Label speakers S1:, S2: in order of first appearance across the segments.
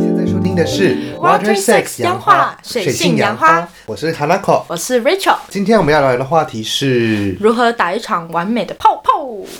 S1: 现在收听的是
S2: Water Sex 洋化水性洋花，
S1: 我是 Hanako。
S2: 我是 Rachel，
S1: 今天我们要聊的话题是，
S2: 如何打一场完美的泡泡？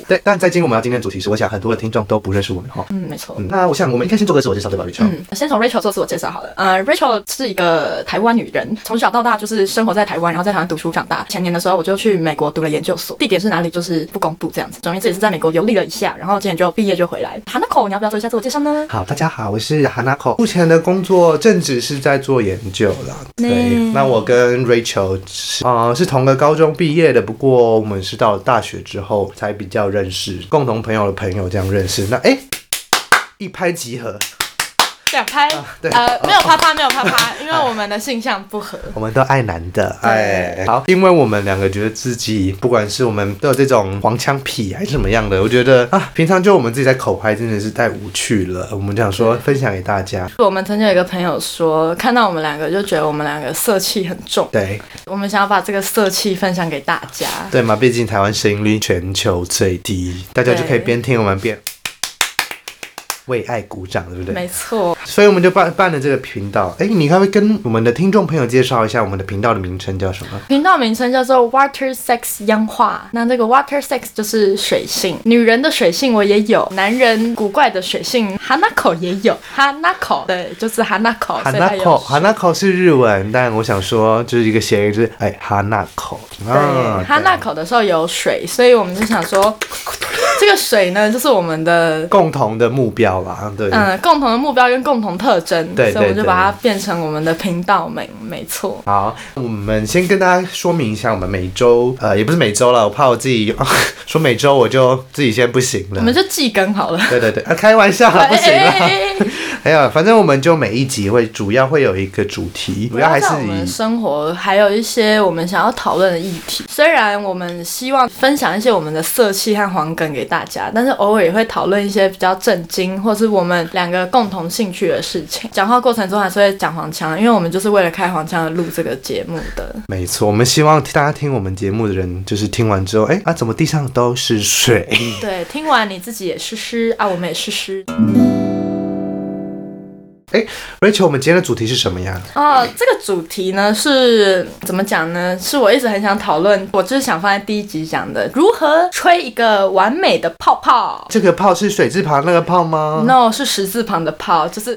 S1: 对，但在进入我们要今天的主题时，我想很多的听众都不认识我们哈。
S2: 嗯，没错。
S1: 嗯，那我想我们应该先做个自我介绍对吧，Rachel？
S2: 嗯，先从 Rachel 做自我介绍好了。呃，Rachel 是一个台湾女人，从小到大就是生活在台湾，然后在台湾读书长大。前年的时候我就去美国读了研究所，地点是哪里就是不公布这样子。总而言之也是在美国游历了一下，然后今年就毕业就回来。Hanako，你要不要做一下自我介绍呢？
S1: 好，大家好，我是 Hanako。目前的工作正职是在做研究啦。
S2: 嗯
S1: 对，那我跟 Rachel 是呃是同个高中毕业的，不过我们是到了大学之后才比较认识，共同朋友的朋友这样认识。那哎，一拍即合，
S3: 两拍，
S1: 对
S3: 呃，没有啪啪，没有啪啪，因为我们的性向不合。
S1: 我们都爱男的，哎，好，因为我们两个觉得自己，不管是我们都有这种黄腔癖还是什么样的，我觉得啊，平常就我们自己在口嗨真的是太无趣了，我们就想说分享给大家。
S2: 我们曾经有一个朋友说，看到我们两个就觉得我们两个色气很重，
S1: 对
S2: 我们想要把这个色气分享给大家。
S1: 对嘛，毕竟台湾声音率全球最低，大家就可以边听我们边为爱鼓掌，对不对？
S2: 没错，
S1: 所以我们就办办了这个频道。哎，你该不会跟我们的听众朋友介绍一下我们的频道的名称叫什么？
S2: 频道名称叫做 Water Sex 央化。那这个 Water Sex 就是水性，女人的水性我也有，男人古怪的水性 Hanako 也有，Hanako 对，就是 Hanako，所以它
S1: Hanako
S2: 有
S1: Hanako 是日文，但我想说就是一个谐音，就是哎 Hanako 啊
S2: 对，，哈那口的时候有水，所以我们就想说， 这个水呢，就是我们的
S1: 共同的目标啦，对，
S2: 嗯，共同的目标跟共同特征，
S1: 对
S2: 所以
S1: 对
S2: 我们就
S1: 对
S2: 把它变成我们的频道名，没错。
S1: 好，我们先跟大家说明一下，我们每周呃也不是每周了，我怕我自己、 说每周我就自己先不行
S2: 我们
S1: 了。
S2: 就记更好了，
S1: 对对对，啊，开玩笑啦， 不行
S2: 哎
S1: 啦。
S2: 哎哎哎哎
S1: 哎呀，反正我们就每一集会主要会有一个主题，主要还是
S2: 围绕在我们
S1: 以
S2: 生活，还有一些我们想要讨论的议题。虽然我们希望分享一些我们的色气和黄梗给大家，但是偶尔也会讨论一些比较震惊，或是我们两个共同兴趣的事情。讲话过程中还是会讲黄腔，因为我们就是为了开黄腔而录这个节目的。
S1: 没错，我们希望大家听我们节目的人，就是听完之后，哎啊，怎么地上都是水？
S2: 对，听完你自己也试试啊，我们也试试。
S1: Rachel，我们今天的主题是什么呀？
S2: 哦，这个主题呢是怎么讲呢？是我一直很想讨论，我就是想放在第一集讲的，如何吹一个完美的泡泡。
S1: 这个泡是水字旁那个泡吗
S2: No，是十字旁的泡，就是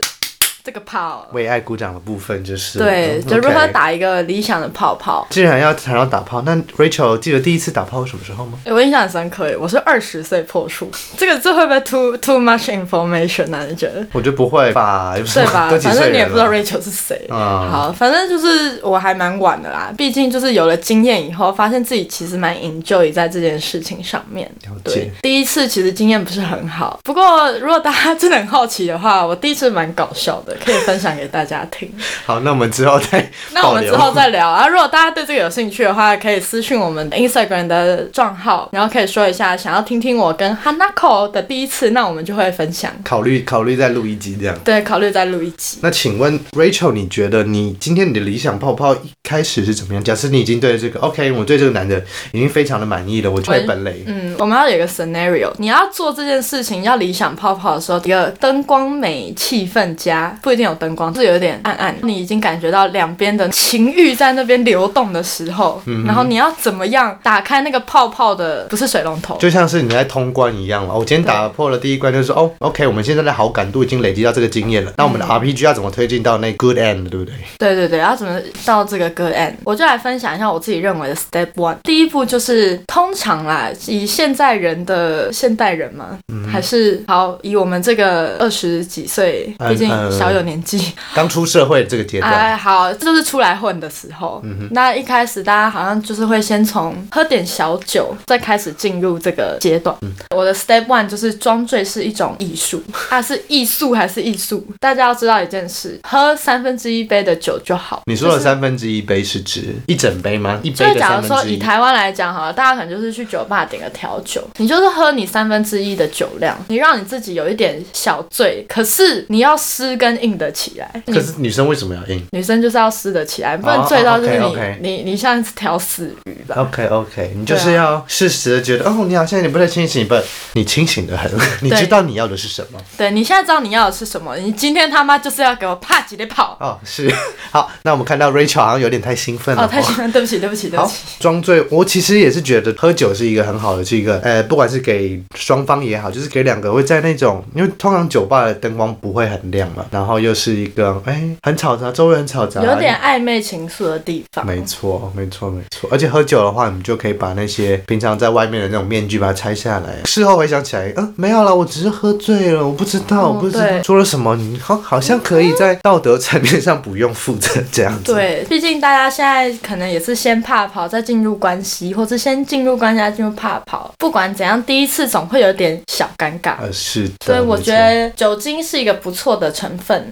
S2: 这个泡。
S1: 为爱鼓掌的部分就是
S2: 对，
S1: 嗯
S2: 就如何
S1: OK
S2: 打一个理想的泡泡。
S1: 既然要谈到打炮，那 Rachel 记得第一次打炮是什么时候吗？
S2: 诶我印象很深刻耶，我是二十岁破处， 这个这会不会 too too much information 呢、啊？你 觉得？
S1: 我觉得不会吧，又不是
S2: 对 吧？
S1: 都几
S2: 反
S1: 岁
S2: 正你也
S1: 人
S2: 不知道
S1: 了？
S2: Rachel 是谁。
S1: 嗯
S2: 好，反正就是我还蛮晚的啦，毕竟就是有了经验以后，发现自己其实蛮 enjoy 在这件事情上面。
S1: 了
S2: 对
S1: 解，，
S2: 第一次其实经验不是很好，不过如果大家真的很好奇的话，我第一次蛮搞笑的，可以分享给大家听。
S1: 好，那我们之后再
S2: 那我
S1: 保
S2: 们
S1: 留
S2: 之后再聊啊。如果大家对这个有兴趣的话，可以私信我们 Instagram 的账号，然后可以说一下想要听听我跟 Hanako 的第一次，那我们就会分享。
S1: 考虑考虑再录一集这样。
S2: 对，考虑再录一集。
S1: 那请问 Rachel，你觉得你今天你的理想泡泡一开始是怎么样？假设你已经对这个 OK，我对这个男的已经非常的满意了，我就会本垒。
S2: 嗯，我们要有一个 scenario，你要做这件事情，要理想泡泡的时候，一个灯光美、气氛佳，不一定有灯光，就是有点暗暗，你已经感觉到两边的情欲在那边流动的时候，然后你要怎么样打开那个泡泡的，不是水龙头，
S1: 就像是你在通关一样嘛，哦我、今天打破了第一关，就是哦，OK，我们现在的好感度已经累积到这个经验
S2: 嗯
S1: 了，那我们的 RPG 要怎么推进到那 good end，对不对？
S2: 对对对，要怎么到这个 good end？我就来分享一下我自己认为的 step one。第一步就是，通常啦，以现在人的现代人嘛，还是好以我们这个二十几岁，
S1: 嗯
S2: 毕竟小个年纪，
S1: 刚出社会这个阶段，
S2: 哎，好，这就是出来混的时候。那一开始大家好像就是会先从喝点小酒，再开始进入这个阶段。我的 step one 就是装醉是一种艺术， 它是艺术还是艺术？大家要知道一件事，喝三分之一杯的酒就好。
S1: 你说
S2: 就
S1: 的
S2: 是
S1: 三分之一杯是指一整杯吗？一
S2: 就
S1: 杯
S2: 是
S1: 的
S2: 假
S1: 三
S2: 如说
S1: 分之
S2: 以
S1: 一。
S2: 台湾来讲好了，大家可能就是去酒吧点个调酒，你就是喝你三分之一的酒量，你让你自己有一点小醉，可是你要湿跟硬得起来。你
S1: 可是女生为什么要硬
S2: 女生就是要湿得起来，不
S1: 哦
S2: 能醉到就是你、
S1: OK，OK
S2: 你你像条死鱼吧。
S1: ？OK OK，你就是
S2: 啊
S1: 要适时的觉得，哦，你好像你不太清醒，不，你清醒 的很，你知道你要的是什么。
S2: 对你现在知道你要的是什么，你今天他妈就是要给我啪几的跑。
S1: 哦，是。好，那我们看到 Rachel 好像有点太兴奋了。
S2: 哦，太兴奋，对不起，对不起，对不
S1: 好
S2: 起。，
S1: 装醉，我其实也是觉得喝酒是一个很好的，是一个呃，不管是给双方也好，就是给两个会在那种，因为通常酒吧的灯光不会很亮嘛，然后又是一个哎、很嘈杂，周围很嘈杂，哎
S2: 有点暧昧情愫的地方，
S1: 没错，没错，没错。而且喝酒的话，你就可以把那些平常在外面的那种面具把它拆下来。事后回想起来，嗯，没有啦，我只是喝醉了，我不知道，我
S2: 嗯
S1: 不知
S2: 对
S1: 道说了什么。你好，好像可以在道德层面上不用负责这样子。，
S2: 对，毕竟大家现在可能也是先怕跑，再进入关系，或是先进入关系再进入怕跑。不管怎样，第一次总会有点小尴尬，
S1: 呃，是的。
S2: 所以我
S1: 没错嗯
S2: 觉得酒精是一个不错的成分。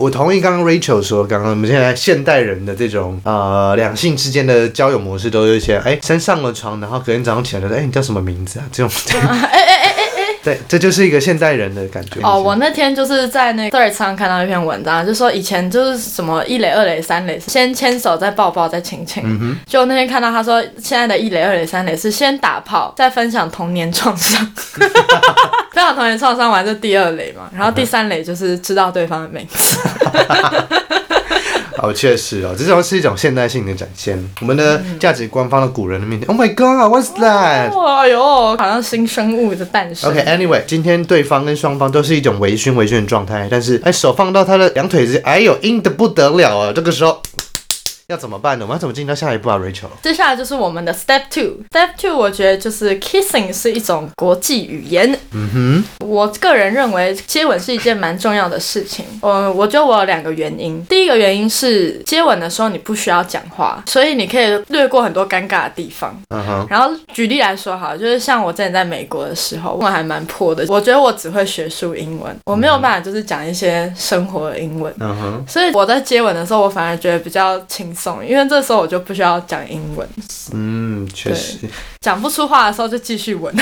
S1: 我同意刚刚 Rachel 说，刚刚我们现在现代人的这种呃两性之间的交友模式，都是一些哎先上了床，然后隔天早上起来就说哎你叫什么名字啊这种，
S2: 哎哎哎哎，
S1: 对，这就是一个现代人的感觉。
S2: 哦，我那天就是在那个 Thread 上看到一篇文章，就说以前就是什么一垒、二垒、三垒，先牵手，再抱抱，再亲亲。
S1: 嗯
S2: 就那天看到他说，现在的一垒、二垒、三垒是先打炮，再分享童年 创伤。分享童年创伤完就第二垒嘛，然后第三垒就是知道对方的名字。
S1: 哦，确实哦，这种是一种现代性的展现。我们的
S2: 嗯
S1: 价值观放到古人的面前，Oh my God，what's that？
S2: 哇哎呦，好像新生物的诞生。
S1: OK，Anyway，、今天对方跟双方都是一种微醺微醺的状态，但是哎，手放到他的两腿之间，哎呦，硬的不得了啊！这个时候要怎么办呢？我们要怎么进到下一步啊，Rachel？
S2: 接下来就是我们的 Step Two。Step Two，我觉得就是 kissing 是一种国际语言。嗯哼，我个人认为接吻是一件蛮重要的事情。嗯，我觉得我有两个原因。第一个原因是接吻的时候你不需要讲话，所以你可以略过很多尴尬的地方。
S1: 嗯哼。
S2: 然后举例来说好了，就是像我之前在美国的时候，我还蛮破的。我觉得我只会学术英文，我没有办法就是讲一些生活的英文。
S1: 嗯哼，
S2: 所以我在接吻的时候，我反而觉得比较轻松，因为这时候我就不需要讲英文，
S1: 嗯，确实，
S2: 讲不出话的时候就继续 吻。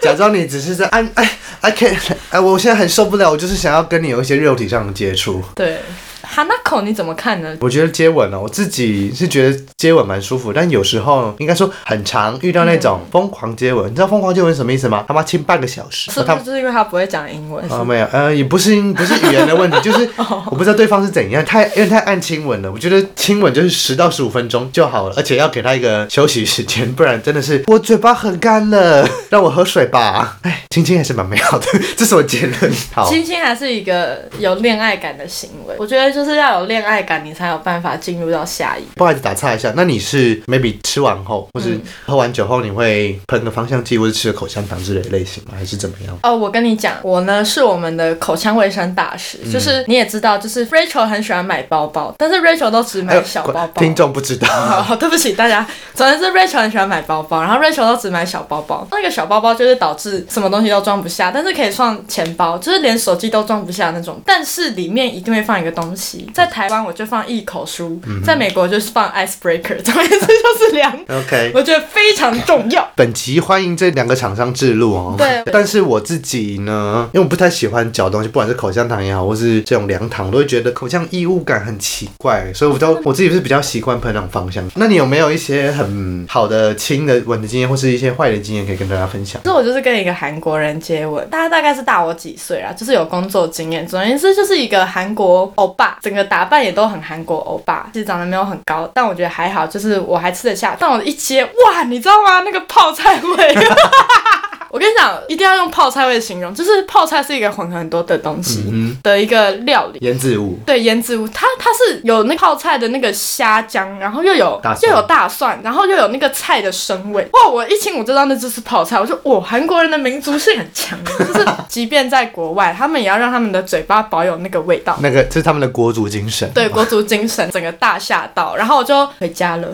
S1: 假装你只是在按哎，I can，哎，我现在很受不了，我就是想要跟你有一些肉体上的接触。
S2: 对，哈娜口你怎么看呢？
S1: 我觉得接吻呢、啊我自己是觉得接吻蛮舒服，但有时候应该说很常遇到那种疯狂接吻。你知道疯狂接吻是什么意思吗？他妈亲半个小时，
S2: 是
S1: 他
S2: 不是就是因为他不会讲英 文？
S1: 啊、没有，呃，也不是不是语言的问题， 就是
S2: 哦
S1: 我不知道对方是怎样，太因为太按亲吻了，我觉得亲吻就是十到十五分钟就好了，而且要给他一个休息时间，不然真的是我嘴巴很干了，让我喝水吧。哎，亲亲还是蛮美好的，这是我结论。好，
S2: 亲亲还是一个有恋爱感的行为，我觉得就是要有恋爱感，你才有办法进入到下一步。
S1: 不好意思打岔一下，那你是 maybe 吃完后或
S2: 嗯
S1: 是喝完酒后，你会喷个芳香剂或者吃个口香糖之类的类型吗？还是怎么样？
S2: 哦，我跟你讲，我呢是我们的口腔卫生大使，就是你也知道，就是 Rachel 很喜欢买包包，但是 Rachel 都只买小包包。
S1: 哎听众不知道。
S2: 好，对不起大家。总之是 Rachel 很喜欢买包包，然后 Rachel 都只买小包包。那个小包包就是导致什么东西都装不下，但是可以放钱包，就是连手机都装不下那种。但是里面一定会放一个东西，在台湾我就放一口书，在美国就是放 icebreaker，总而 言之就是凉。
S1: OK，
S2: 我觉得非常重要。
S1: 本集欢迎这两个厂商置入哦。
S2: 对
S1: 但是我自己呢，因为我不太喜欢嚼东西，不管是口香糖也好，或是这种凉糖，我都会觉得口腔异物感很奇怪，所以我
S2: 嗯
S1: 都我自己是比较习惯喷那种芳香。那你有没有一些很好的亲的吻的经验，或是一些坏的经验可以跟大家分享？
S2: 这我就是跟一个韩国人接吻，大家大概是大我几岁啦，就是有工作经验。总而言之，就是一个韩国欧巴，整个打扮也都很韩国欧巴，其实长得没有很高，但我觉得还 好，就是我还吃得下。但我一接，哇，你知道吗？那个泡菜味。我跟你讲，一定要用泡菜味形容，就是泡菜是一个混合很多的东西
S1: 嗯
S2: 的一个料理。
S1: 腌制物，
S2: 对，腌制物，它它是有那泡菜的那个虾浆，然后又有
S1: 大蒜
S2: 又有大蒜，然后又有那个菜的生味。哇，我一听我就知道那就是泡菜，我就哇，韩国人的民族性很 强，就是即便在国外，他们也要让他们的嘴巴保有那个味道。
S1: 那个这是他们的国族精神。
S2: 对，国足精神，整个大吓到，然后我就回 家了。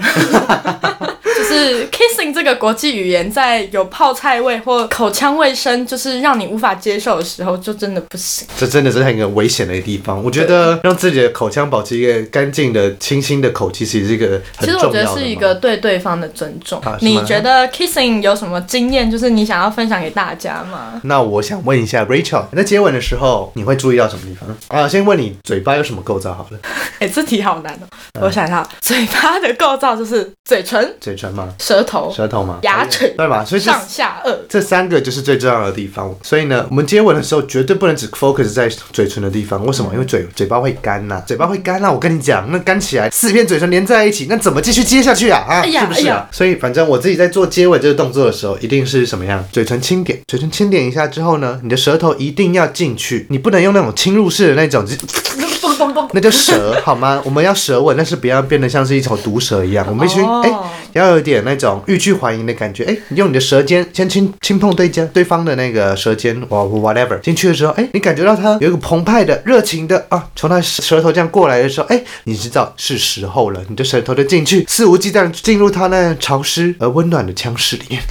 S2: 就是 kissing 这个国际语言，在有泡菜味或口腔卫生，就是让你无法接受的时候，就真的不行。
S1: 这真的是很一个危险的地方。我觉得让自己的口腔保持一个干净的、清新的口气，其实是一个
S2: 其
S1: 很
S2: 实
S1: 重
S2: 我
S1: 要的
S2: 觉
S1: 嘛。
S2: 得是一个对对方的尊重
S1: 啊。是吗
S2: 你觉得 kissing 有什么经验，就是你想要分享给大家吗？
S1: 那我想问一下 Rachel，在接吻的时候你会注意到什么地方啊？先问你嘴巴有什么构造好了，
S2: 哎、这题好难哦、
S1: 嗯
S2: 我想一下，嘴巴的构造就是嘴唇、
S1: 嘴唇吗？
S2: 舌头、
S1: 舌头吗？
S2: 哦牙齿
S1: 对吧？所以这
S2: 上下颚。
S1: 这三个就是最重要的地方。所以呢，我们接吻的时候绝对不能只 focus 在嘴唇的地方。为什么？
S2: 嗯
S1: 因为嘴嘴巴会干呐、嘴巴会干呐、我跟你讲，那干起来四片嘴唇连在一起，那怎么继续接下去啊？啊，
S2: 哎呀
S1: 是不是
S2: 哎
S1: 啊
S2: 呀？
S1: 所以反正我自己在做接吻这个动作的时候，一定是什么样？嘴唇轻点，嘴唇轻点一下之后呢，你的舌头一定要进去，你不能用那种侵入式的那种，就是 那叫蛇好吗？我们要舌吻，但是不要变得像是一头毒蛇一样，我们必须
S2: 哦
S1: 哎。要有点那种欲拒还迎的感觉。哎，你用你的舌尖先轻轻碰对家对方的那个舌尖，哇 whatever 进去的时候，哎，你感觉到他有一个澎湃的、热情的啊，从他舌头这样过来的时候，哎，你知道是时候了，你的舌头就进去，肆无忌惮地进入他那潮湿而温暖的腔室里面。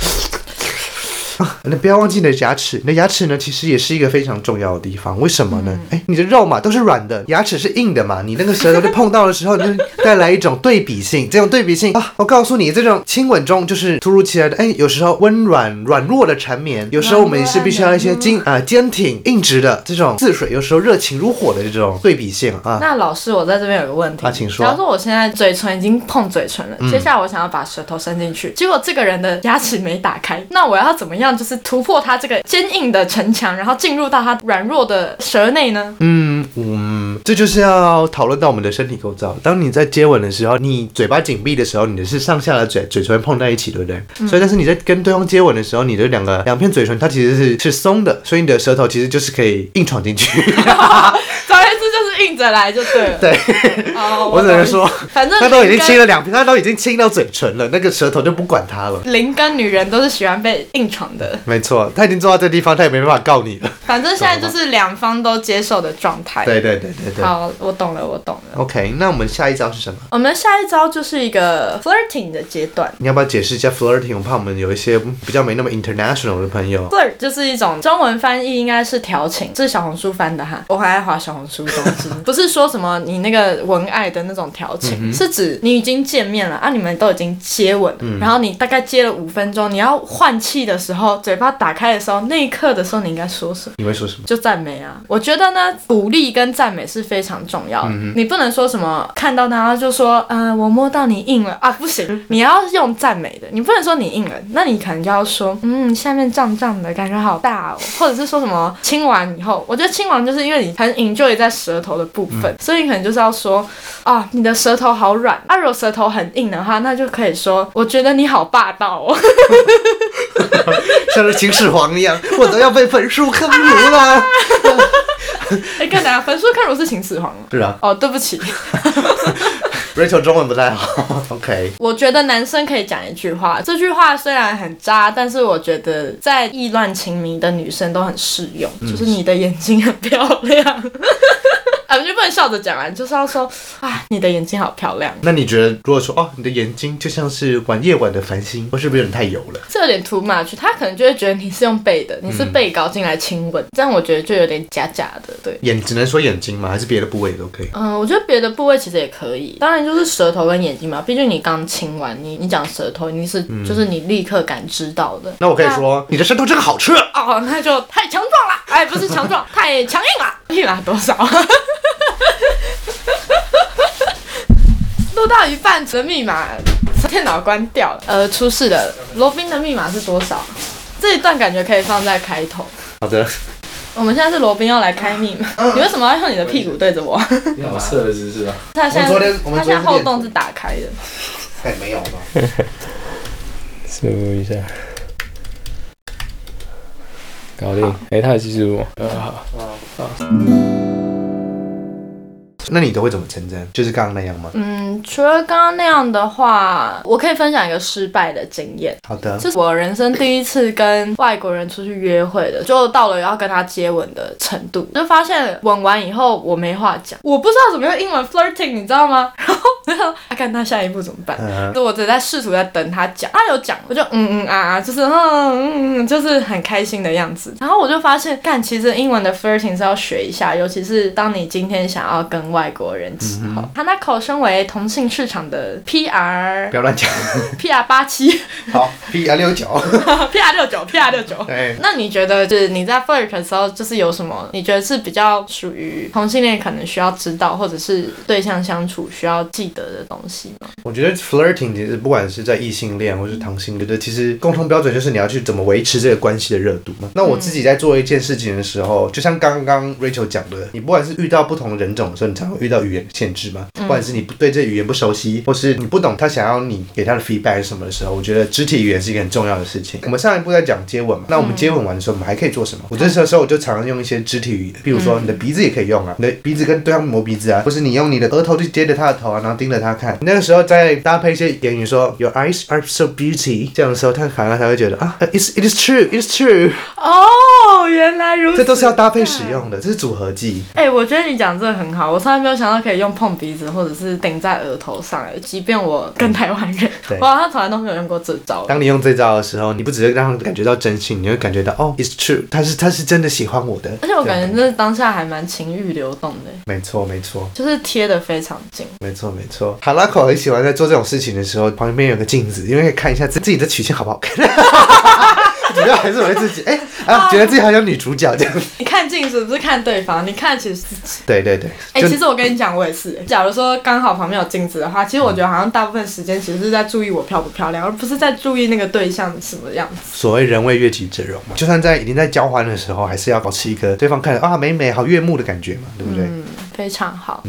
S1: 那不要忘记你的牙齿，你的牙齿呢，其实也是一个非常重要的地方。为什么呢？哎、你的肉嘛都是软的，牙齿是硬的嘛，你那个舌头被碰到的时候， 你就带来一种对比性。这种对比性啊，我告诉你，这种亲吻中就是突如其来的，哎，有时候温软软弱的缠绵，有时候我们也是必须要一些坚啊、坚挺硬直的这种似水，有时候热情如火的这种对比性啊。
S2: 那老师，我在这边有个问题，
S1: 啊请说嗯
S2: 假如说我现在嘴唇已经碰嘴唇了，接下来我想要把舌头伸进去，结果这个人的牙齿没打开，那我要怎么样就是突破他这个坚硬的城墙，然后进入到他软弱的舌内呢？
S1: 嗯嗯，这就是要讨论到我们的身体构造。当你在接吻的时候，你嘴巴紧闭的时候，你的是上下的嘴嘴唇碰在一起，对不对？
S2: 嗯
S1: 所以，但是你在跟对方接吻的时候，你的两个两片嘴唇它其实是是松的，所以你的舌头其实就是可以硬闯进 去。
S2: 总而言之就是硬着来就对了。
S1: 对，
S2: 哦，
S1: 我只能说，
S2: 懂反正
S1: 他都已经
S2: 人跟
S1: 亲了两片，他都已经亲到嘴唇了，那个舌头就不管它了。
S2: 零跟女人都是喜欢被硬闯的，
S1: 没错，他已经做到这地方，他也没办法告你 了。
S2: 反正现在就是两方都接受的状态。
S1: 对对对对对。
S2: 哎好，我懂了，我懂了。
S1: OK，那我们下一招是什么？
S2: 我们下一招就是一个 flirting 的阶段。
S1: 你要不要解释一下 flirting？我怕我们有一些比较没那么 international 的朋友。
S2: flirt 就是一种中文翻译应该是调情，是小红书翻的哈。我还爱滑小红书总 之，不是说什么你那个文爱的那种调情，
S1: 嗯
S2: 是指你已经见面了啊，你们都已经接吻了，
S1: 嗯
S2: 然后你大概接了五分钟，你要换气的时候，嘴巴打开的时候，那一刻的时候你应该说什么？
S1: 你会说什么？
S2: 就赞美啊！我觉得呢，鼓励跟赞美是非常重要的。你不能说什么看到他就说，呃，我摸到你硬了啊，不行，你要用赞美的，你不能说你硬了，那你可能就要说，嗯，下面胀胀的感觉好大哦，或者是说什么亲完以后，我觉得亲完就是因为你很 enjoy 在舌头的部分，所以你可能就是要说，啊，你的舌头好软。啊，如果舌头很硬的话，那就可以说，我觉得你好霸道哦。
S1: 像是秦始皇一样，我都要被焚书坑儒了。
S2: 哎，干啥？焚书坑儒是秦始皇吗？
S1: 是啊
S2: 哦，对不起。
S1: ，Rachel 中文不太好。OK，
S2: 我觉得男生可以讲一句话，这句话虽然很渣，但是我觉得在意乱情迷的女生都很适用，就是你的眼睛很漂亮。 啊，就不能笑着讲啊，你就是要说啊，你的眼睛好漂亮，
S1: 那你觉得如果说哦，你的眼睛就像是晚夜晚的繁星，我是不是有点太油了？
S2: 这有点 too much，他可能就会觉得你是用背的，你是背稿进来亲吻，这样我觉得就有点假假的，对。
S1: 眼只能说眼睛吗？还是别的部位也都可以？
S2: 嗯，我觉得别的部位其实也可以，当然就是舌头跟眼睛嘛，毕竟你刚亲完，你你讲舌头，你是、就是你立刻感知到的。
S1: 那我可以说，你的舌头真好吃。
S2: 哦，那就太强壮了，哎，不是强 壮，太强硬了，硬了多少？录到一半，这密码电脑关掉了，呃，出事的。罗宾的密码是多少？这一段感觉可以放在开头。
S1: 好的，嗯
S2: 我们现在是罗宾要来开密码，你为什么要用你的屁股对着我？
S4: 你好色的姿势啊！
S2: 他现
S1: 我们昨天
S2: 在
S1: 我们
S2: 他
S1: 昨天
S2: 现在后洞是打开的。
S1: 哎，没有吧？
S4: 舒服一下。搞定。哎、他也记住我。嗯，好。
S1: 那你都会怎么称赞？就是刚刚那样吗？
S2: 嗯，除了刚刚那样的话，我可以分享一个失败的经验。
S1: 好的，
S2: 这是我人生第一次跟外国人出去约会的，就到了要跟他接吻的程度，就发现吻完以后我没话讲，我不知道怎么用英文 flirting，你知道吗？ 然后我就想，啊，看他下一步怎么办？
S1: 嗯，
S2: 就我只在试图在等他讲，啊他有讲，我就嗯嗯啊啊，就是嗯嗯嗯，就是很开心的样子。然后我就发现，干，其实英文的 flirting 是要学一下，尤其是当你今天想要跟外国人之后，他那口身为同性市场的 PR
S1: 不要乱讲。
S2: PR 八七
S1: 好，P R 六九，
S2: PR 六九 PR 六九。
S1: 对，
S2: 那你觉得，就是你在 flirt 的时候，就是有什么你觉得是比较属于同性恋可能需要知道，或者是对象相处需要记得的东西吗？
S1: 我觉得 flirting 其实不管是在异性恋或是同性恋，对，其实共同标准就是你要去怎么维持这个关系的热度嘛。那我自己在做一件事情的时候，就像刚刚 Rachel 讲的，你不管是遇到不同人种的时候，你常会遇到语言限制嘛，不管是你不对这语言不熟悉，或是你不懂他想要你给他的 feedback 是什么的时候，我觉得肢体语言是一个很重要的事情。嗯我们上一步在讲接吻嘛，那我们接吻完的时候，我们还可以做什么？我这时候我就常常用一些肢体语言，比如说你的鼻子也可以用啊，你的鼻子跟对方磨鼻子啊，或是你用你的额头去接着他的头啊，然后盯着他看。那个时候再搭配一些言语说 Your eyes are so beauty，这样的时候，他反而才会觉得啊，It's it is true, it's true，
S2: 哦，原来如
S1: 这都是要搭配哦使用的，这是组合技。
S2: 哎、我觉得你讲这个很好，我从来没有想到可以用碰鼻子或者是顶在额头上、哎，即便我跟台湾人，
S1: 对
S2: 我好像从来都没有用过这招。
S1: 当你用这招的时候，你不只是让他感觉到真心，你会感觉到哦，It's true，他是他是真的喜欢我的。
S2: 而且我感
S1: 这
S2: 觉
S1: 样
S2: 真的当下还蛮情欲流动的、哎
S1: 没错没错。
S2: 就是贴的非常近。
S1: 没错没错，哈拉口很喜欢在做这种事情的时候，旁边有个镜子，因为可以看一下自自己的曲线好不好看。 主要还是为自己，哎、啊，觉得自己好像女主角这样。
S2: 你看镜子不是看对方，你看其实自己。
S1: 对对对，
S2: 哎、
S1: 就
S2: 其实我跟你讲，我也 是、哎假如说刚好旁边有镜子的话，其实我觉得好像大部分时间其实是在注意我漂不漂亮，而不是在注意那个对象什么样子。
S1: 所谓人为悦己者容嘛，就算在已经在交欢的时候，还是要保持一个对方看着啊美美好悦目的感觉嘛，对不对？
S2: 嗯，非常好。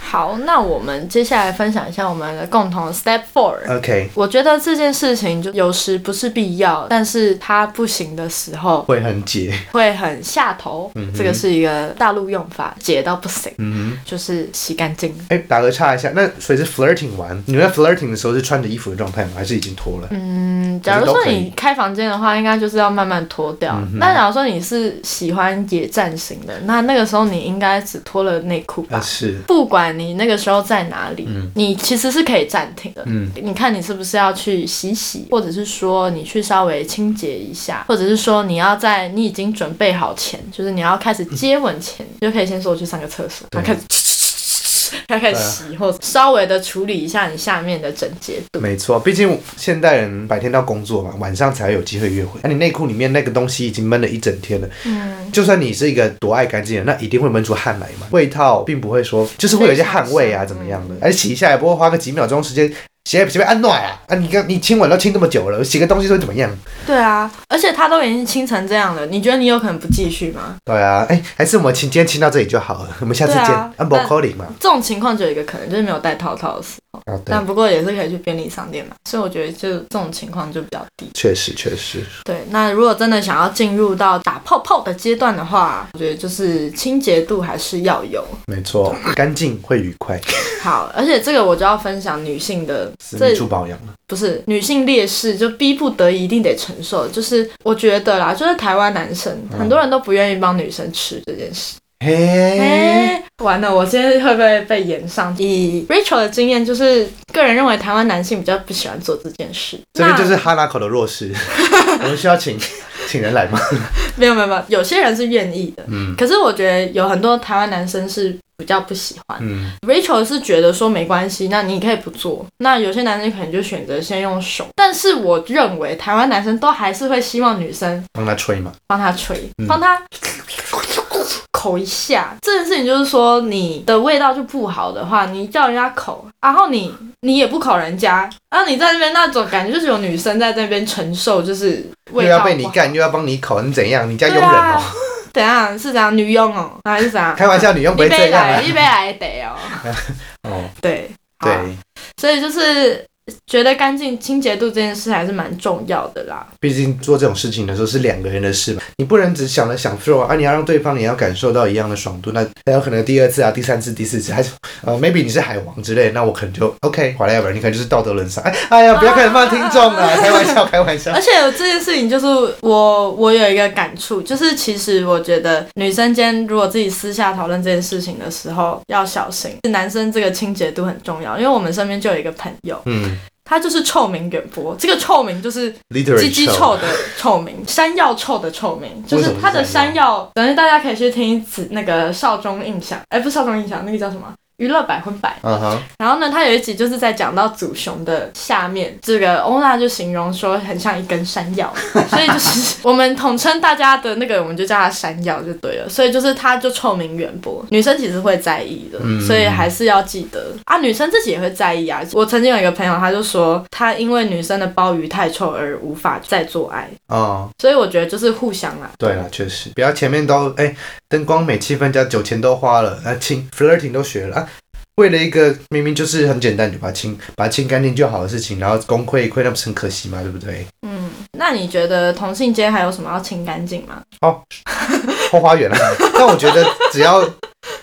S2: 好，那我们接下来分享一下我们的共同的 step four。
S1: OK，
S2: 我觉得这件事情就有时不是必要，但是它不行的时候
S1: 会很解。
S2: 会很下头。这个是一个大陆用法，解到不行，
S1: 嗯哼，
S2: 就是洗干净。
S1: 哎、打个岔一下，那所以是 flirting 完，你们在 flirting 的时候是穿着衣服的状态吗？还是已经脱了？
S2: 嗯，假如
S1: 可是
S2: 说
S1: 都可以嗯
S2: 你开房间的话，应该就是要慢慢脱掉。那假如说你是喜欢野战型的，那那个时候你应该只脱了内裤吧？
S1: 啊，是，
S2: 不管你那个时候在哪里，
S1: 嗯
S2: 你其实是可以暂停的。
S1: 嗯
S2: 你看你是不是要去洗洗，或者是说你去稍微清洁一下，或者是说你要在你已经准备好前，就是你要开始接吻前，
S1: 嗯
S2: 你就可以先说我去上个厕所，然后开始。 开始洗，或者稍微的处理一下你下面的整洁度。
S1: 没错，毕竟现代人白天到工作嘛，晚上才有机会约会。那、你内裤里面那个东西已经闷了一整天了，嗯，就算你是一个多爱干净的人，那一定会闷出汗来嘛。味道并不会说，就是会有一些汗味啊，怎么样的？而洗一下也不会花个几秒钟时间。洗洗被按暖啊！啊，你刚你亲吻都亲这么久了，洗个东西会怎么样？
S2: 对啊，而且他都已经清成这样了，你觉得你有可能不继续吗？
S1: 对啊，哎、还是我们亲今天亲到这里就好了，我们下次
S2: 对啊
S1: 见。啊，不
S2: 但
S1: calling 嘛，
S2: 这种情况就有一个可能，就是没有戴套套的时候
S1: 啊对，
S2: 但不过也是可以去便利商店买，所以我觉得就这种情况就比较低。
S1: 确实确实，
S2: 对，那如果真的想要进入到打泡泡的阶段的话，我觉得就是清洁度还是要有。
S1: 没错，干净会愉快，
S2: 好，而且这个我就要分享女性的，
S1: 私
S2: 这
S1: 密处保养嘛，
S2: 不是女性劣势，就逼不得已一定得承受。就是我觉得啦，就是台湾男生、很多人都不愿意帮女生吃这件事。
S1: 嘿，
S2: 哎，完了，我今天会不会被延上？以 Rachel 的经验，就是个人认为台湾男性比较不喜欢做这件事。
S1: 这边
S2: 那
S1: 就是哈拉口的弱 势，我们需要请请人来吗？
S2: 没有没有没有，有些人是愿意的，
S1: 嗯
S2: 可是我觉得有很多台湾男生是比较不喜欢。
S1: 嗯，
S2: Rachel 是觉得说没关系，那你可以不做。那有些男生可能就选择先用手，但是我认为台湾男生都还是会希望女生
S1: 帮他吹嘛。
S2: 帮他吹，
S1: 嗯
S2: 帮他口一下。这件事情就是说，你的味道就不好的话，你叫人家口，然后你你也不口人家，然后你在那边那种感觉就是有女生在那边承受，就是
S1: 又
S2: 味道
S1: 要啊被
S2: 不
S1: 你
S2: 好。
S1: 干，又要帮你口，你怎样？你家佣
S2: 对
S1: 人哦、
S2: 啊，怎样是怎样女佣哦，还是 怎样？
S1: 开玩笑，你佣不
S2: 一
S1: 会这
S2: 杯
S1: 样
S2: 来
S1: 啊。
S2: 一杯来得哦。
S1: 哦，
S2: 对好啊
S1: 对，
S2: 所以就是觉得干净清洁度这件事还是蛮重要的啦。
S1: 毕竟做这种事情的时候是两个人的事嘛，你不能只想着享受啊，啊你要让对方也要感受到一样的爽度，那那有可能第二次啊、第三次、第四次，还是呃，maybe 你是海王之类，那我可能就 OK，回来要不然你可能就是道德沦丧，哎哎呀，不要开始骂听众啊，开玩笑，开玩笑
S2: 而。且有这件事情，就是我我有一个感触，就是其实我觉得女生间如果自己私下讨论这件事情的时候要小心，男生这个清洁度很重要，因为我们身边就有一个朋友，
S1: 嗯
S2: 他就是臭名远播，这个臭名就是
S1: ，leader
S2: 鸡鸡臭的臭名，山药臭的臭名，就
S1: 为什
S2: 是
S1: 么是
S2: 它的
S1: 山
S2: 山药，等于大家可以去听一次那个少中印象，哎、不是少中印象，那个叫什么？娱乐百分百，
S1: 嗯哼，
S2: 然后呢，他有一集就是在讲到祖雄的下面，这个欧娜就形容说很像一根山药，所以就是我们统称大家的那个，我们就叫它山药就对了。所以就是它就臭名远播，女生其实会在意的，
S1: 嗯
S2: 所以还是要记得啊，女生自己也会在意啊。我曾经有一个朋友，他就说他因为女生的鲍鱼太臭而无法再做爱，
S1: 哦，
S2: 所以我觉得就是互相啦。
S1: 对了，确实，不要前面都哎，灯光美、气氛加酒钱都花了，啊，亲 flirting 都学了啊。为了一个明明就是很简单，你就把它清把它清干净就好的事情，然后功亏一篑，那不是很可惜吗？对不对？
S2: 嗯，那你觉得同性间还有什么要清干净吗？
S1: 哦 后花园啊。 但我觉得只要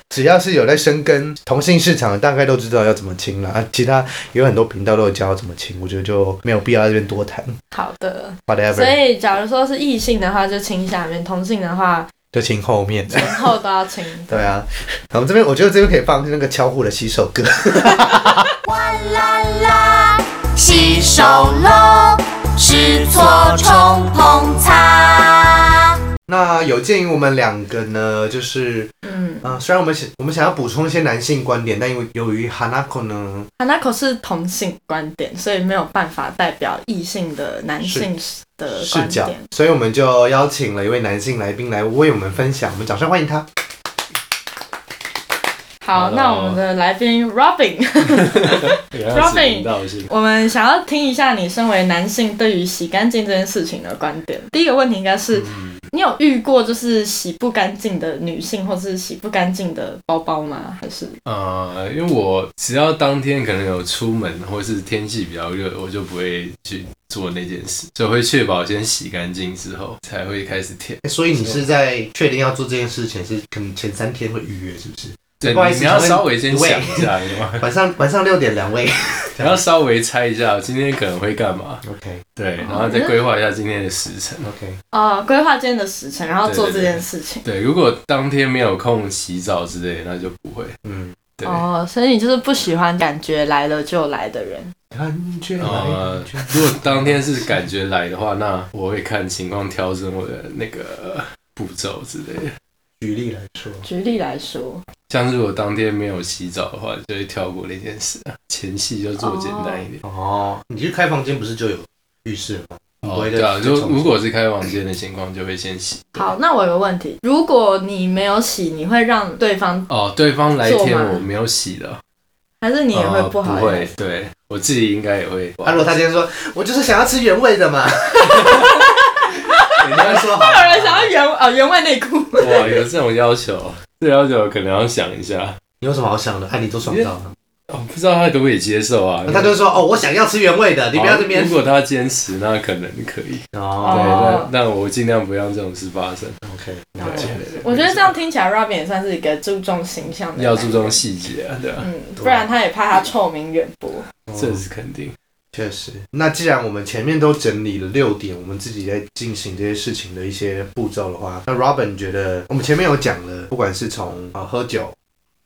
S1: 只要是有在深耕同性市场的，大概都知道要怎么清了。啊，其他有很多频道都有教怎么清，我觉得就没有必要在这边多谈。
S2: 好的，所
S1: Whatever，
S2: 以，假如说是异性的话，就亲下面；同性 的话，
S1: 就清后面。
S2: 前后都要亲。
S1: 对啊，我们这边我觉得这边可以放那个敲户的洗手歌。
S5: 啦啦，洗手喽，试错冲碰擦。
S1: 那有鉴于我们两个呢，就是
S2: 嗯，
S1: 啊、呃虽然我们想我们想要补充一些男性观点，但因为由于 Hanako 呢，
S2: 他啊那口是同性观点，所以没有办法代表异性的男性的
S1: 视
S2: 观
S1: 角
S2: 点。，
S1: 所以我们就邀请了一位男性来宾来为我们分享，我们掌声欢迎他。
S2: 好，
S4: Hello
S2: 那我们的来宾 Robin，
S4: 原来是
S2: Robin
S4: 频道是
S2: 我们想要听一下你身为男性对于洗干净这件事情的观点。第一个问题应该是，
S1: 嗯
S4: 嗯
S2: 你有遇过就是洗不干净的女性，或是洗不干净的包包吗？还是
S4: 呃，因为我只要当天可能有出门，或是天气比较热，我就不会去做那件事，所以我会确保先洗干净之后才会开始舔。
S1: 欸所以你是在确定要做这件事前是可能前三天会预约，是不是？
S4: 对，
S1: 不好意思
S4: 你要
S1: 请问
S4: 稍微先
S1: 喂
S4: 想一下， 你吗
S1: 晚上晚上六点两位。
S4: 你要稍微猜一下今天可能会干嘛，
S1: OK
S4: 对，然后再
S1: 哦
S4: 规划一下今天的时程。
S1: OK，
S2: 呃规划今天的时辰，然后做这件事情？
S4: 对，如果当天没有空洗澡之类，那就不会。
S1: 嗯，
S4: 对，
S2: 哦，所以你就是不喜欢感觉来了就来的人。
S1: 感觉
S4: 呃，如果当天是感觉来的话，那我会看情况调整我的那个步骤之类的。
S1: 举例来说，
S2: 举例来说，
S4: 像是我当天没有洗澡的话，就会跳过那件事啊，前戏就做简单一点。
S1: 哦，你去开房间不是就有浴室了吗？你不
S4: 哦，
S1: 会再
S4: 对啊，
S1: 再
S4: 就
S1: 重
S4: 如果是开房间的情况，就会先洗。
S2: 好，那我有个问题，如果你没有洗，你会让对方，
S4: 哦，对方来
S2: 做
S4: 天
S2: 吗
S4: 我没有洗的，
S2: 还是你也会
S4: 哦
S2: 不好
S4: 不
S2: 意
S4: 会
S2: 思？，
S4: 对我自己应该也会。
S1: 啊，如果他今天说，我就是想要吃原味的嘛，
S4: 人家
S1: 说好，
S2: 有人想要原呃原味内 裤，
S4: 哇，有这种要求，这要求可能要想一下。
S1: 你有什么好想的？哎，你都爽到了，
S4: 哦，不知道他可不可以接受啊？哦
S1: 那他就会说，哦，我想要吃原味的，你不要这边
S4: 如。果他坚持，那可能可以。
S1: 哦
S4: 对，
S2: 哦
S4: 那那我尽量不让这种事发生。
S1: ，OK，
S4: 对
S2: 了解，
S4: 对
S2: 我觉得这样听起来，Robin 也算是一个注重形象的，
S4: 要注，重细节啊，对啊，哦
S2: 嗯，不然他也怕他臭名远播。
S4: 这是肯定。
S1: 确实，那既然我们前面都整理了六点，我们自己在进行这些事情的一些步骤的话，那 Robin 觉得我们前面有讲了，不管是从啊、呃喝酒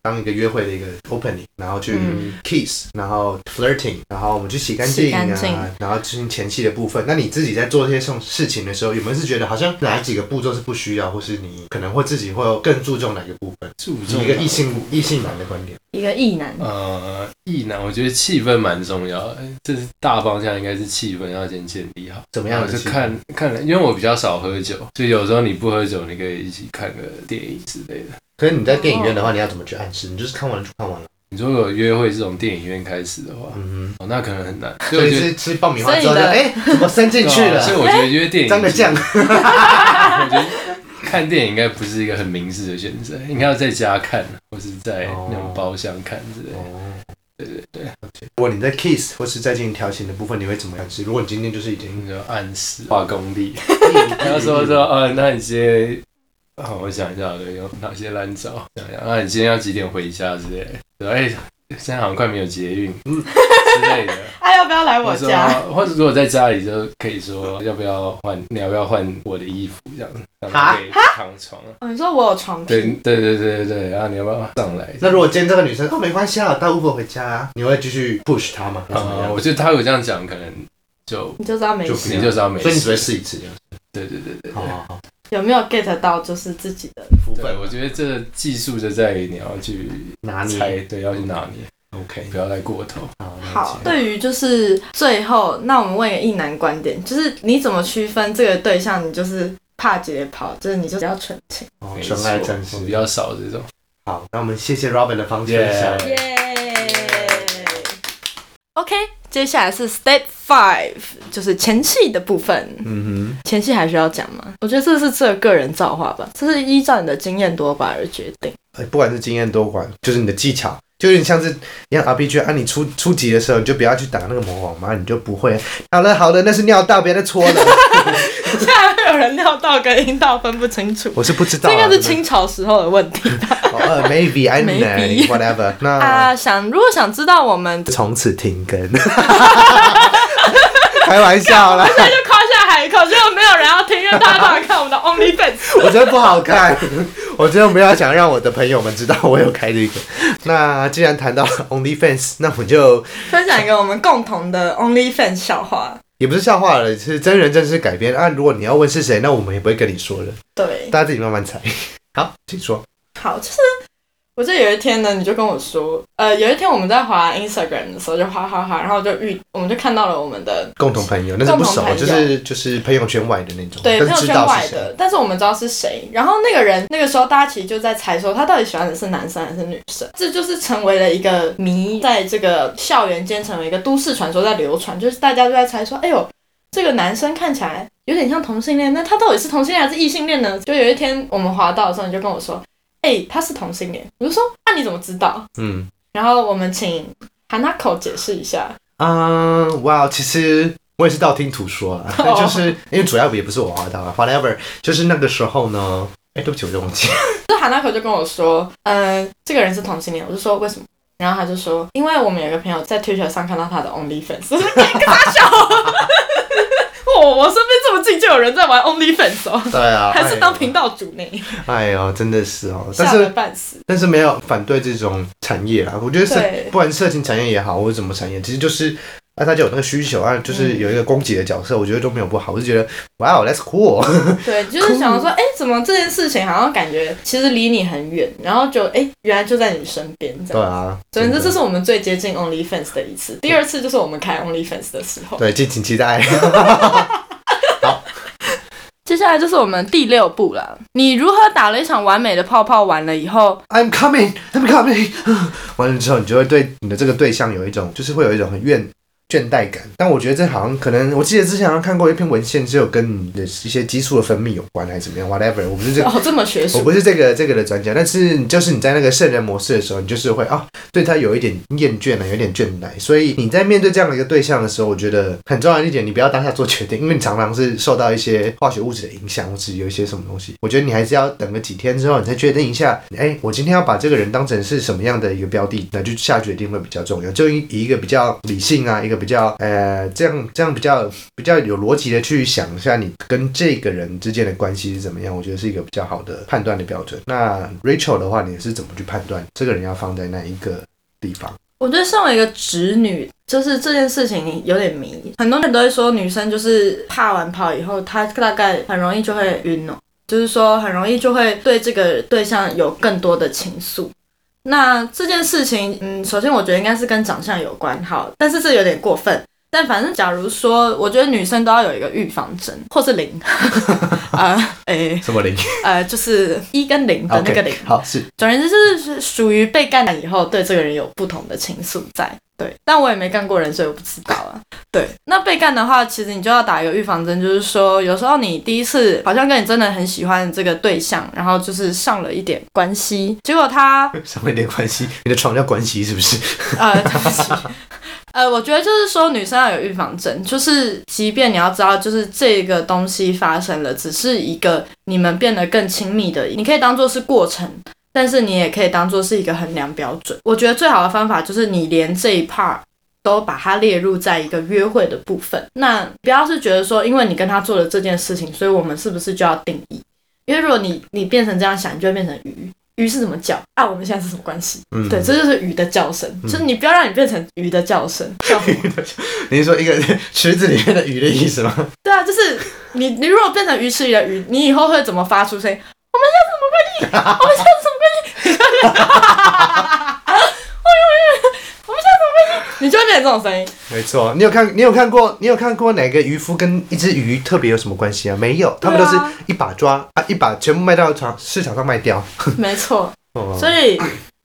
S1: 当一个约会的一个 opening，然后去
S2: 嗯
S1: kiss，然后 flirting，然后我们去洗干
S2: 洗
S1: 净
S2: 干净
S1: 啊，然后进行前期的部分。那你自己在做这些事事情的时候，有没有是觉得好像哪几个步骤是不需要，或是你可能会自己会有更注重哪个部分？
S4: 注重
S1: 一个异性异性男的观点，
S2: 一个异男，
S4: 呃，意男，我觉得气氛蛮重要的，这是大方向，应该是气氛要先建立好。
S1: 怎么
S4: 然
S1: 样
S4: 后
S1: 的
S4: 啊就
S1: 气氛？
S4: 看看人，因为我比较少喝酒，所以有时候你不喝酒，你可以一起看个电影之类的。
S1: 可是你在电影院的话，你要怎么去暗示？你就是看完了就看完了。
S4: 你如果有约会这种电影院开始的话，
S1: 嗯哼。
S4: 哦，那可能很难。所
S1: 所
S4: 以我
S1: 以
S4: 觉得
S1: 是吃爆米花之后就
S2: 所以你的
S1: 哎、怎么伸进去
S4: 对啊所以
S1: 了？哎
S4: 我觉得约电影
S1: 沾个酱，
S4: 我觉得看电影应该不是一个很明智的选择，应该要在家看，或是在那种包厢看之类的。
S1: 哦，如果你在 kiss 或是在进行调情的部分，你会怎么样？是如果你今天就是已经
S4: 你说暗示化功力，你 要说说呃，那你今天，哦，我想一下，对，有哪些烂招？想一下，啊那你今天要几点回家之类的？对哎、现在好像快没有捷运， 嗯之类的。
S2: 哎
S3: 他要不要来我
S4: 或者
S3: 家？
S4: 说或者如果在家里就可以说要不要换，你要不要换我的衣服这样，然后可以躺床。啊
S3: 哦，你说我有床
S4: 对
S3: 品，
S4: 对对对对对，然后你要不要上来？
S1: 那如果今天这个女生哦没关系啊，我带 Uber 回家、啊，你会继续 push 她吗？还是怎么
S4: 啊、
S1: 样？
S4: 我觉得他有这样讲，可能就
S3: 你就知道没
S1: 就
S3: 事。
S1: 不一
S4: 你
S1: 样
S4: 就知道没
S1: 所以你只
S4: 事。
S1: 会试一次。
S4: 对对对对
S1: 好好好，
S3: 有没有 get 到就是自己的？
S1: 福
S4: 对，
S1: 哦分
S4: 我觉得这技术就在于你要去
S1: 拿
S4: 猜，
S1: 捏。
S4: 对，要去拿捏，
S1: OK，
S4: 不要太过头。
S1: 好，
S3: 好，
S1: 了解
S2: 对于就是最后，那我们问一个意男观点，就是你怎么区分这个对象？你就是怕解跑，就是你就比较纯情。
S1: 哦
S4: 没错
S1: 纯爱战士
S4: 我比。较少这种。
S1: 好，那我们谢谢 Robin 的方分享。
S4: 耶
S2: OK，接下来是 Step Five，就是前戏的部分。
S1: 嗯
S2: 前戏还需要讲吗？我觉得这是这个人造化吧，这是依照你的经验多寡而决定。
S1: 哼，呃不管是经验多寡，就是你的技巧，就有点像是一样 RPG 啊，你初初级的时候你就不要去打那个魔王嘛，你就不会。好了好了，那是尿道，别再搓了。
S2: 现在会有人尿道跟阴道分不清楚，
S1: 我是不知道、
S2: 这
S1: 啊，
S2: 应该
S1: 真
S2: 是
S1: 的
S2: 清朝时候的问题
S1: 哦呃，maybe I don't know
S2: Maybe
S1: whatever。那
S2: 啊。想如果想知道我们就
S1: 从此停更， 开玩笑啦，
S2: 夸下海口，结果没有人要听，因为大家都来看我们的 OnlyFans。
S1: 我觉得不好看，我真的没有想让我的朋友们知道我有开这个。那既然谈到了 OnlyFans，那我就
S2: 分享一个我们共同的 OnlyFans 笑话。
S1: 也不是笑话了，是真人真事改编啊。如果你要问是谁，那我们也不会跟你说的，
S2: 对，
S1: 大家自己慢慢猜。好，请说。
S2: 好，就是我记得有一天呢，你就跟我说，呃，有一天我们在滑 Instagram 的时候就滑滑滑，然后就遇，我们就看到了我们的
S1: 共同朋友，那是不熟
S2: 共，同朋友
S1: 就是就是朋友圈外的那种，
S2: 对
S1: 但
S2: 朋
S1: 是
S2: 友
S1: 知
S2: 圈
S1: 道
S2: 外
S1: 是谁。
S2: 的，但是我们知道是谁。然后那个人那个时候大家其实就在猜说他到底喜欢的是男生还是女生，这就是成为了一个谜，在这个校园间成为一个都市传说在流传，就是大家都在猜说，哎呦。这个男生看起来有点像同性恋，那他到底是同性恋还是异性恋呢？就有一天我们滑到的时候，你就跟我说：“哎、他是同性恋。”我就说：“那、你怎么知道？”
S1: 嗯
S2: 然后我们请韩娜口解释一下，
S1: 嗯，哇，其实我也是道听途说 啦，但就是因为主要也不是我画到啊，whatever，就是那个时候呢，哎，对不起，我就忘记 了。
S2: 就韩娜口就跟我说，嗯、这个人是同性恋，我就说为什么？然后他就说，因为我们有个朋友在 Twitter 上看到他的 OnlyFans，我说 干个傻笑。我、我身边这么近就有人在玩 OnlyFans 哦，
S1: 对啊，
S2: 还是当频
S1: 平。
S2: 道主呢，
S1: 哎呦，真的是哦，但
S2: 吓得
S1: 是
S2: 半死。
S1: 但是没有反对这种产业啊，我觉得是
S2: 对
S1: 不管色情产业也好，或者什么产业，其实就是啊，大家有那个需求啊，
S2: 嗯
S1: 就是有一个供给的角色，我觉得都没有不好，我就觉得哇哦，that's cool，
S2: 对，就是想说，哎、怎么这件事情好像感觉其实离你很远，然后就哎、原来就在你身边这
S1: 对
S2: 样。
S1: 啊，
S2: 总之，
S1: 真的
S2: 这是我们最接近 OnlyFans 的一次。第二次就是我们开 OnlyFans 的时 候。
S1: 对，敬请期待。
S2: 接下来就是我们第六步了。你如何打了一场完美的泡泡完了以后，
S1: I'm coming, I'm coming 。 完了之后，你就会对你的这个对象有一种，就是会有一种很怨倦怠感。但我觉得这好像可能，我记得之前好像看过一篇文献，是有跟你的一些激素的分泌有关，还是怎么样，whatever。我不是这个。
S2: 哦，这么学
S1: 我
S2: 术，
S1: 不是这个这个的专家，但是你就是你在那个圣人模式的时候，你就是会啊、对他有一点厌倦了，有点倦怠。所以你在面对这样的一个对象的时候，我觉得很重要的一点，你不要当下做决定，因为你常常是受到一些化学物质的影响，或是有一些什么东西。我觉得你还是要等个几天之后，你再确定一下，哎，我今天要把这个人当成是什么样的一个标的，来去下决定会比较重要。就以以一个比较理性啊，一个比较呃这样这样比较比较有逻辑的去想一下你跟这个人之间的关系是怎么样，我觉得是一个比较好的判断的标准。那 Rachel 的话，你是怎么去判断这个人要放在哪一个地方？
S2: 我觉得身为一个直女，就是这件事情有点迷。很多人都会说，女生就是怕完泡以后，她大概很容易就会晕哦，就是说很容易就会对这个对象有更多的情愫。那这件事情，嗯，首先我觉得应该是跟长相有关，好，但是这有点过分。但反正，假如说，我觉得女生都要有一个预防针，或是零， 啊、诶、
S1: 什么零？
S2: 呃，就是一跟零的那个零。
S1: 好是
S2: 总而言之，就是属于被干了以后对这个人有不同的情愫在。对，但我也没干过人，所以我不知道啊。对，那被干的话，其实你就要打一个预防针，就是说有时候你第一次好像跟你真的很喜欢这个对象，然后就是上了一点关系，结果他
S1: 上面一点关系，你的床叫关系是不 是？
S2: 呃，对不起，呃，我觉得就是说女生要有预防针，就是即便你要知道，就是这个东西发生了，只是一个你们变得更亲密的，你可以当做是过程。但是你也可以当做是一个衡量标准。我觉得最好的方法就是你连这一 part 都把它列入在一个约会的部分。那不要是觉得说，因为你跟他做了这件事情，所以我们是不是就要定义？因为如果你你变成这样想，你就会变成鱼。鱼是怎么叫啊？我们现在是什么关系？
S1: 嗯，
S2: 对，这就是鱼的叫声，就是你不要让你变成鱼的叫声。叫什么
S1: 你是说一个池子里面的鱼的意思吗？
S2: 对啊，就是你你如果变成鱼池里的鱼，你以后会怎么发出声音？我们现在什么关系？我们现在什么关系？我们现在什么关系？你就会变成这 种声音。
S1: 没错，你有看你有看过你有看过哪个渔夫跟一只鱼特别有什么关系啊？没有，他们都
S2: 对
S1: 是
S2: 啊
S1: 一把抓啊，一把全部卖到场市场上卖掉。
S2: 没错，
S1: 哦
S2: 所以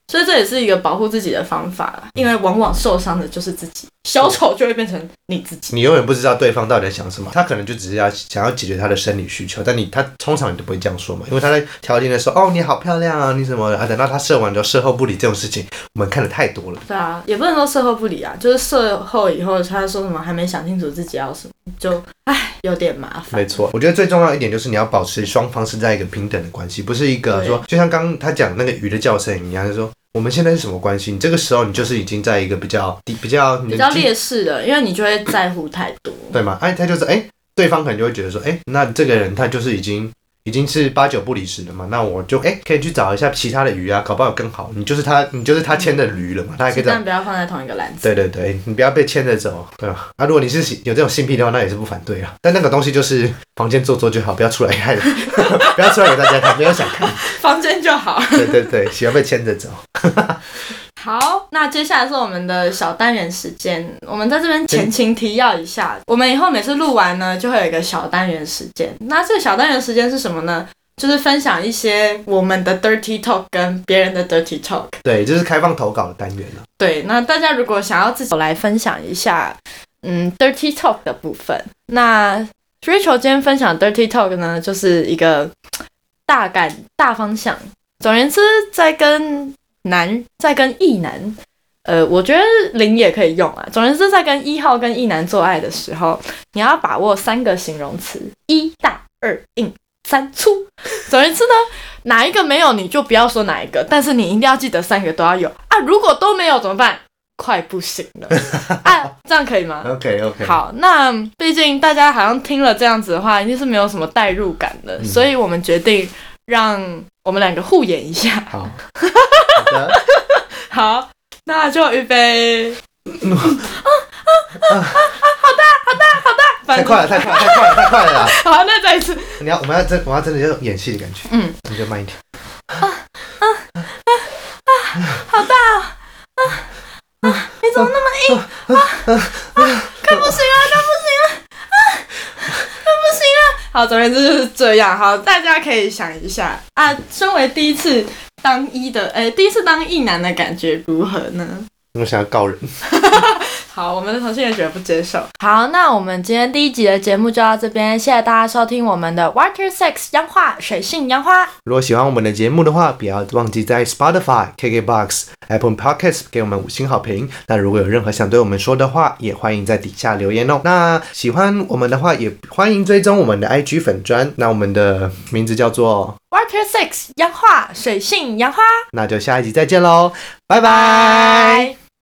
S2: 所以这也是一个保护自己的方法啦，因为往往受伤的就是自己，小丑就会变成你自己。
S1: 你永远不知道对方到底在想什么，他可能就只是要想要解决他的生理需求，但你他通常你都不会这样说嘛，因为他在调情的时候，哦，你好漂亮啊，你什么的，啊，等到他射完之后，事后不理这种事情，我们看的太多了。
S2: 对啊，也不能说事后不理啊，就是事后以后他说什么还没想清楚自己要什么，就唉有点麻烦。
S1: 没错，我觉得最重要一点就是你要保持双方是在一个平等的关系，不是一个
S2: 对
S1: 说，就像刚刚他讲那个鱼的叫声一样，就说我们现在是什么关系？你这个时候你就是已经在一个比较低、比较你的
S2: 比较
S1: 基
S2: 劣势的，因为你就会在乎太多。
S1: 对嘛？哎、他就是哎、对方可能就会觉得说，哎、那这个人他就是已经已经是八九不离十了嘛，那我就哎、可以去找一下其他的鱼啊，搞不好有更好。你就是他，你就是他牵的驴了嘛，他还可
S2: 鸡
S1: 以找
S2: 蛋。不要放在同一个篮子。
S1: 对对对，你不要被牵着走，对吧？啊，如果你是有这种性癖的话，那也是不反对啊。但那个东西就是房间做做就好，不要出来看， 不要出来给大家看，没有想看。
S2: 房间就好。
S1: 对对对，喜欢被牵着走。
S2: 好，那接下来是我们的小单元时间。我们在这边前情提要一下，我们以后每次录完呢，就会有一个小单元时间。那这个小单元时间是什么呢？就是分享一些我们的 dirty talk 跟别人的 dirty talk。
S1: 对，就是开放投稿的单元了、
S2: 对，那大家如果想要自己来分享一下，嗯，dirty talk 的部分，那 Rachel 今天分享 dirty talk 呢，就是一个大感大方向。总而言之，在跟男，在跟异男，呃，我觉得零也可以用啊。总而言之，在跟一号跟异男做爱的时候，你要把握三个形容词：一大、二硬、三粗。总而言之呢，哪一个没有你就不要说哪一个，但是你一定要记得三个都要有啊。如果都没有怎么办？快不行了啊！这样可以吗？
S1: OK OK，，
S2: 好，那毕竟大家好像听了这样子的话，一定是没有什么代入感的，所以我们决定让我们两个互演一下。
S1: 好，好的。
S2: 好，那就预备。啊啊啊！好大，好大，好大！
S1: 太快了，太快了，太快了，太快了啦！
S2: 反正！好，那再一次。
S1: 你要，我们要真，我要真的要演戏的感觉。
S2: 嗯，
S1: 你就慢一点。
S2: 你怎么那么硬啊啊！快不行了，快不行了啊！快不行了！好，总而言之就是这样。好，大家可以想一下啊，身为第一次当一的，呃，第一次当一男的感觉如何呢？
S1: 我想要告人。
S2: 好，我们的同性恋绝不接受。好，那我们今天第一集的节目就到这边，谢谢大家收听我们的 Water Sex 央化水性杨花。
S1: 如果喜欢我们的节目的话，不要忘记在 Spotify、KKBox、Apple Podcasts 给我们五星好评。那如果有任何想对我们说的话，也欢迎在底下留言哦。那喜欢我们的话，也欢迎追踪我们的 IG 粉砖。那我们的名字叫做，
S2: Water Sex 央化水性杨花，
S1: 那就下一集再见喽，拜拜。
S2: 拜。